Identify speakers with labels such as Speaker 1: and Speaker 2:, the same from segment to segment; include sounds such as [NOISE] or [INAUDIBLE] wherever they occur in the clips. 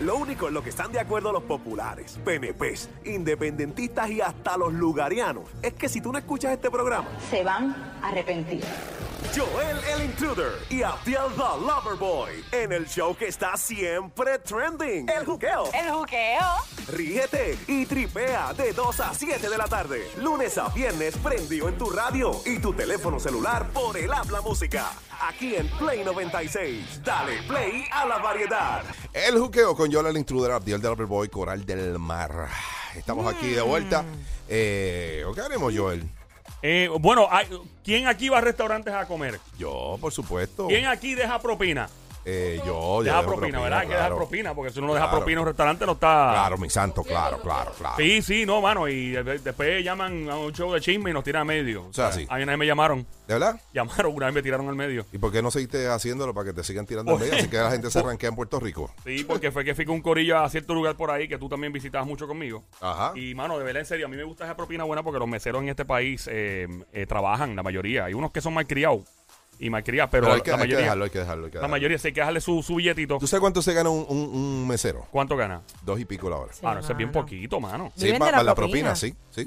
Speaker 1: Lo único en lo que están de acuerdo los populares, PNPs, independentistas y hasta los lugarianos es que si tú no escuchas este programa,
Speaker 2: se van a arrepentir.
Speaker 1: Joel el Intruder y Abdiel the Loverboy en el show que está siempre trending, El Juqueo.
Speaker 3: El juqueo.
Speaker 1: Ríete y tripea de 2 a 7 de la tarde, lunes a viernes prendido en tu radio y tu teléfono celular por el habla música. Aquí en Play 96, dale play a la variedad.
Speaker 4: El juqueo con Yola el Intruder, Abdiel del Boy, Coral del Mar. Estamos aquí de vuelta.
Speaker 5: Mm.
Speaker 4: Eh, ¿Qué haremos, Joel?
Speaker 6: Eh, bueno, hay- ¿quién aquí va a restaurantes a comer?
Speaker 4: Yo, por supuesto.
Speaker 6: ¿Quién aquí deja propina?
Speaker 4: Eh, yo, yo
Speaker 6: Deja
Speaker 4: dejo
Speaker 6: propina, ¿verdad? Hay que dejar
Speaker 4: claro.
Speaker 6: propina, porque si uno no deja
Speaker 4: Claro.
Speaker 6: propina en un restaurante no está...
Speaker 4: Claro, mi santo, claro, claro, claro.
Speaker 6: Sí, sí, no, mano. Y de- de- después llaman a un show de chisme y nos tiran al medio. O
Speaker 4: sea, sí.
Speaker 6: A mí una vez me llamaron. [LAUGHS]
Speaker 4: ¿De verdad?
Speaker 6: Llamaron, una vez me tiraron al medio.
Speaker 4: ¿Y por qué no seguiste haciéndolo para que te sigan tirando
Speaker 6: Oh.
Speaker 4: en medio? Así que la gente
Speaker 6: [LAUGHS]
Speaker 4: se arranquea en Puerto Rico.
Speaker 6: Sí, porque fue que fui con un corillo a cierto lugar por ahí que tú también visitabas mucho conmigo.
Speaker 4: Ajá.
Speaker 6: Y, mano, de verdad, en serio, a mí me gusta esa propina buena porque los meseros en este país eh, eh, trabajan, la mayoría. Hay unos que son malcriados y malcriadas, pero,
Speaker 4: Pero hay que,
Speaker 6: la
Speaker 4: hay que
Speaker 6: mayoría...
Speaker 4: dejarlo, hay que dejarlo. hay que
Speaker 6: la
Speaker 4: dejarlo.
Speaker 6: mayoría sí hay que dejarle su, su billetito.
Speaker 4: ¿Tú sabes cuánto se gana un, un- un mesero?
Speaker 6: ¿Cuánto gana?
Speaker 4: Dos y pico la hora.
Speaker 6: ah, no, eso es bien poquito, mano.
Speaker 4: Sí,
Speaker 5: Viven de
Speaker 4: para
Speaker 5: la
Speaker 4: la,
Speaker 5: propina.
Speaker 4: propina, sí, sí.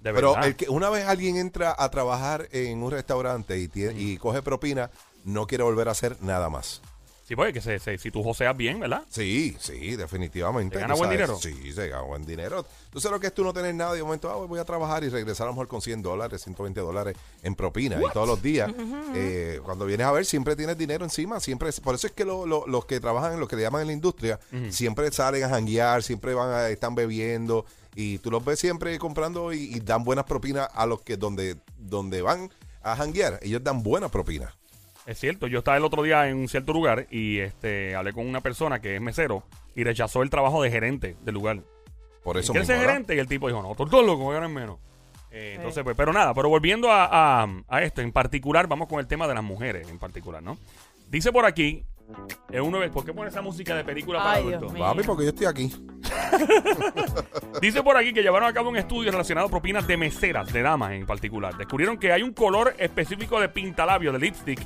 Speaker 6: De
Speaker 4: Pero
Speaker 6: verdad.
Speaker 4: el que, una vez alguien entra a trabajar en un restaurante y, tie- y coge propina, no quiere volver a hacer nada más.
Speaker 6: Sí, porque que se- se- si tú joseas bien, ¿verdad?
Speaker 4: Sí, sí, definitivamente.
Speaker 6: ¿Se gana
Speaker 4: tú
Speaker 6: buen
Speaker 4: sabes,
Speaker 6: dinero?
Speaker 4: Sí, se gana buen dinero. Tú sabes lo que es tú no tener nada y de momento ah, voy a trabajar y regresar a lo mejor con 100 dólares, 120 dólares en propina y todos los días. eh, cuando vienes a ver, siempre tienes dinero encima. siempre es- Por eso es que lo- lo- los que trabajan, los que le llaman en la industria, siempre salen a janguear, siempre van a- están bebiendo y tú los ves siempre comprando y, y dan buenas propinas a los que donde, donde van a janguear. Ellos dan buenas propinas.
Speaker 6: Es cierto, yo estaba el otro día en un cierto lugar y este hablé con una persona que es mesero y rechazó el trabajo de gerente del lugar.
Speaker 4: Por eso
Speaker 6: ¿Quieres ser
Speaker 4: mismo, ¿verdad?
Speaker 6: gerente? Y el tipo dijo, no, tú todo loco, voy a ganar menos. Eh, entonces, pues, pero nada, pero volviendo a, a- a esto, en particular, vamos con el tema de las mujeres, en particular, ¿no? Dice por aquí, eh, uno ve- ¿por qué pone esa música de película para
Speaker 5: Ay, Dios
Speaker 6: adultos?
Speaker 5: mío.
Speaker 4: Papi, porque yo estoy aquí.
Speaker 6: Dice por aquí que llevaron a cabo un estudio relacionado a propinas de meseras, de damas en particular. Descubrieron que hay un color específico de pintalabio, de lipstick,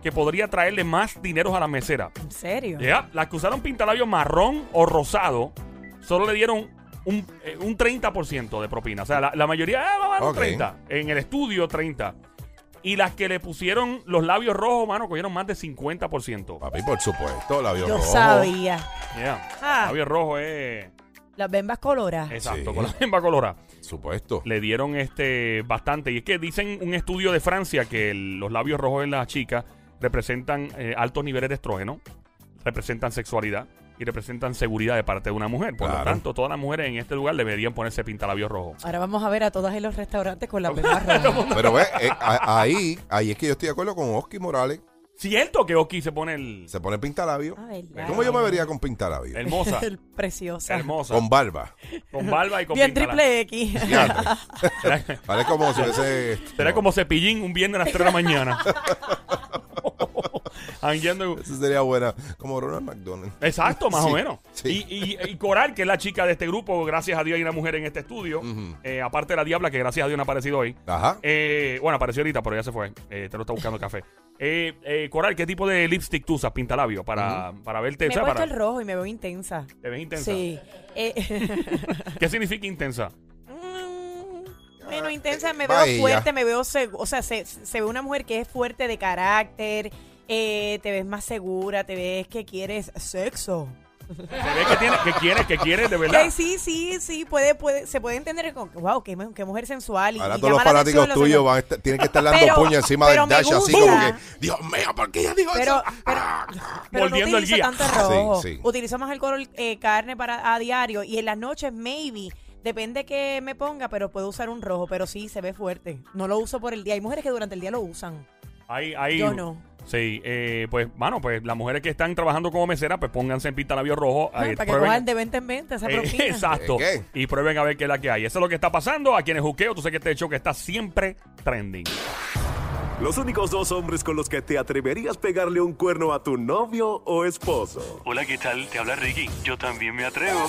Speaker 6: que podría traerle más dinero a la mesera.
Speaker 5: ¿En serio?
Speaker 6: Ya, las que usaron pintalabio marrón o rosado, solo le dieron un, eh, un 30% de propina. O sea, la, la mayoría, ah, vamos a dar un
Speaker 4: Ok.
Speaker 6: 30. En el estudio, 30. Y las que le pusieron los labios rojos, mano, cogieron más de 50%.
Speaker 4: Papi, por supuesto, labio
Speaker 5: Yo
Speaker 4: rojo.
Speaker 5: sabía.
Speaker 6: Yeah.
Speaker 5: Ah.
Speaker 6: Labio rojo es...
Speaker 5: Las bembas coloradas.
Speaker 6: Exacto,
Speaker 4: Sí.
Speaker 6: con la misma colorada.
Speaker 4: Supuesto.
Speaker 6: le dieron este bastante. Y es que dicen un estudio de Francia que el- los labios rojos en las chicas representan eh, altos niveles de estrógeno, representan sexualidad y representan seguridad de parte de una mujer. Por lo
Speaker 4: Claro.
Speaker 6: tanto, todas las mujeres en este lugar deberían ponerse pintalabios rojos.
Speaker 5: Ahora vamos a ver a todas en los restaurantes con
Speaker 6: [LAUGHS]
Speaker 5: las bembas rojas.
Speaker 4: Pero ve, eh, a- ahí, ahí es que yo estoy de acuerdo con Oski Morales.
Speaker 6: Cierto que Oki se pone el,
Speaker 4: Se pone pintalabio.
Speaker 5: Ah, ¿verdad?
Speaker 4: ¿Cómo yo me vería con pintalabio?
Speaker 6: hermosa,
Speaker 5: [LAUGHS] El preciosa.
Speaker 6: hermosa,
Speaker 4: Con barba.
Speaker 6: con barba y con
Speaker 5: Bien E.
Speaker 6: pintalabio.
Speaker 5: triple X. [LAUGHS]
Speaker 4: Diantre. Vale como si fuese.
Speaker 6: Será
Speaker 4: no,
Speaker 6: como cepillín un viernes a las 3 de la
Speaker 5: [LAUGHS]
Speaker 6: mañana. [LAUGHS] Jangueando en-
Speaker 4: Eso sería buena. Como Ronald McDonald.
Speaker 6: Exacto, más
Speaker 4: Sí,
Speaker 6: o menos.
Speaker 4: sí.
Speaker 6: Y, y- y Coral, que es la chica de este grupo, gracias a Dios hay una mujer en este estudio. Eh, aparte de la Diabla, que gracias a Dios no ha aparecido hoy.
Speaker 4: Ajá.
Speaker 6: Eh, bueno, apareció ahorita, pero ya se fue. Eh, te lo está buscando café. Eh, eh, Coral, ¿qué tipo de lipstick tú usas? Pintalabio, para, para verte.
Speaker 5: Me he
Speaker 6: o sea,
Speaker 5: puesto
Speaker 6: para-
Speaker 5: el rojo y me veo intensa.
Speaker 6: ¿Te ves intensa?
Speaker 5: Sí. Eh, [LAUGHS]
Speaker 6: ¿Qué significa intensa?
Speaker 5: Mm, Menos intensa, me
Speaker 4: va
Speaker 5: veo
Speaker 4: ella.
Speaker 5: fuerte, me veo segura. O sea, se, se ve una mujer que es fuerte de carácter, eh, te ves más segura, te ves que quieres sexo.
Speaker 6: Se ve que tiene, que quiere, que quiere, de verdad.
Speaker 5: Que sí, sí, sí, puede, puede, se puede entender con wow, qué, mu- qué mujer sensual. Y,
Speaker 4: Ahora
Speaker 5: y
Speaker 4: todos los
Speaker 5: llama la
Speaker 4: fanáticos
Speaker 5: atención, lo
Speaker 4: tuyos
Speaker 5: sexual.
Speaker 4: van a estar- tienen que estar dando
Speaker 5: Pero-
Speaker 4: puño encima
Speaker 5: pero
Speaker 4: del
Speaker 5: me
Speaker 4: dash, así como
Speaker 5: gusta.
Speaker 4: que, Dios mío, ¿por qué ella dijo
Speaker 5: Pero-
Speaker 4: eso? [LAUGHS]
Speaker 5: pero-
Speaker 4: Ah,
Speaker 5: Pero no
Speaker 6: Volviendo al
Speaker 5: utilizo
Speaker 6: guía.
Speaker 5: tanto
Speaker 4: Ah, sí,
Speaker 5: rojo.
Speaker 4: sí.
Speaker 5: Utilizo más el color eh, carne para a diario y en las noches, maybe. Depende que me ponga, pero puedo usar un rojo, pero sí, se ve fuerte. No lo uso por el día. Hay mujeres que durante el día lo usan.
Speaker 6: Ahí, ahí-
Speaker 5: Yo no.
Speaker 6: Sí, eh, pues, mano, pues las mujeres que están trabajando como mesera, pues pónganse en pintalabio rojo. eh,
Speaker 5: para que
Speaker 6: prueben-
Speaker 5: cojan de 20 en 20 esa
Speaker 6: Eh,
Speaker 5: propina.
Speaker 6: exacto.
Speaker 4: ¿Qué?
Speaker 6: Y prueben a ver qué es la que hay. Eso es lo que está pasando. A quienes juqueo, tú sé que este show que está siempre trending.
Speaker 1: Los únicos dos hombres con los que te atreverías pegarle un cuerno a tu novio o esposo.
Speaker 7: Hola, ¿qué tal? Te habla Ricky. Yo también me atrevo.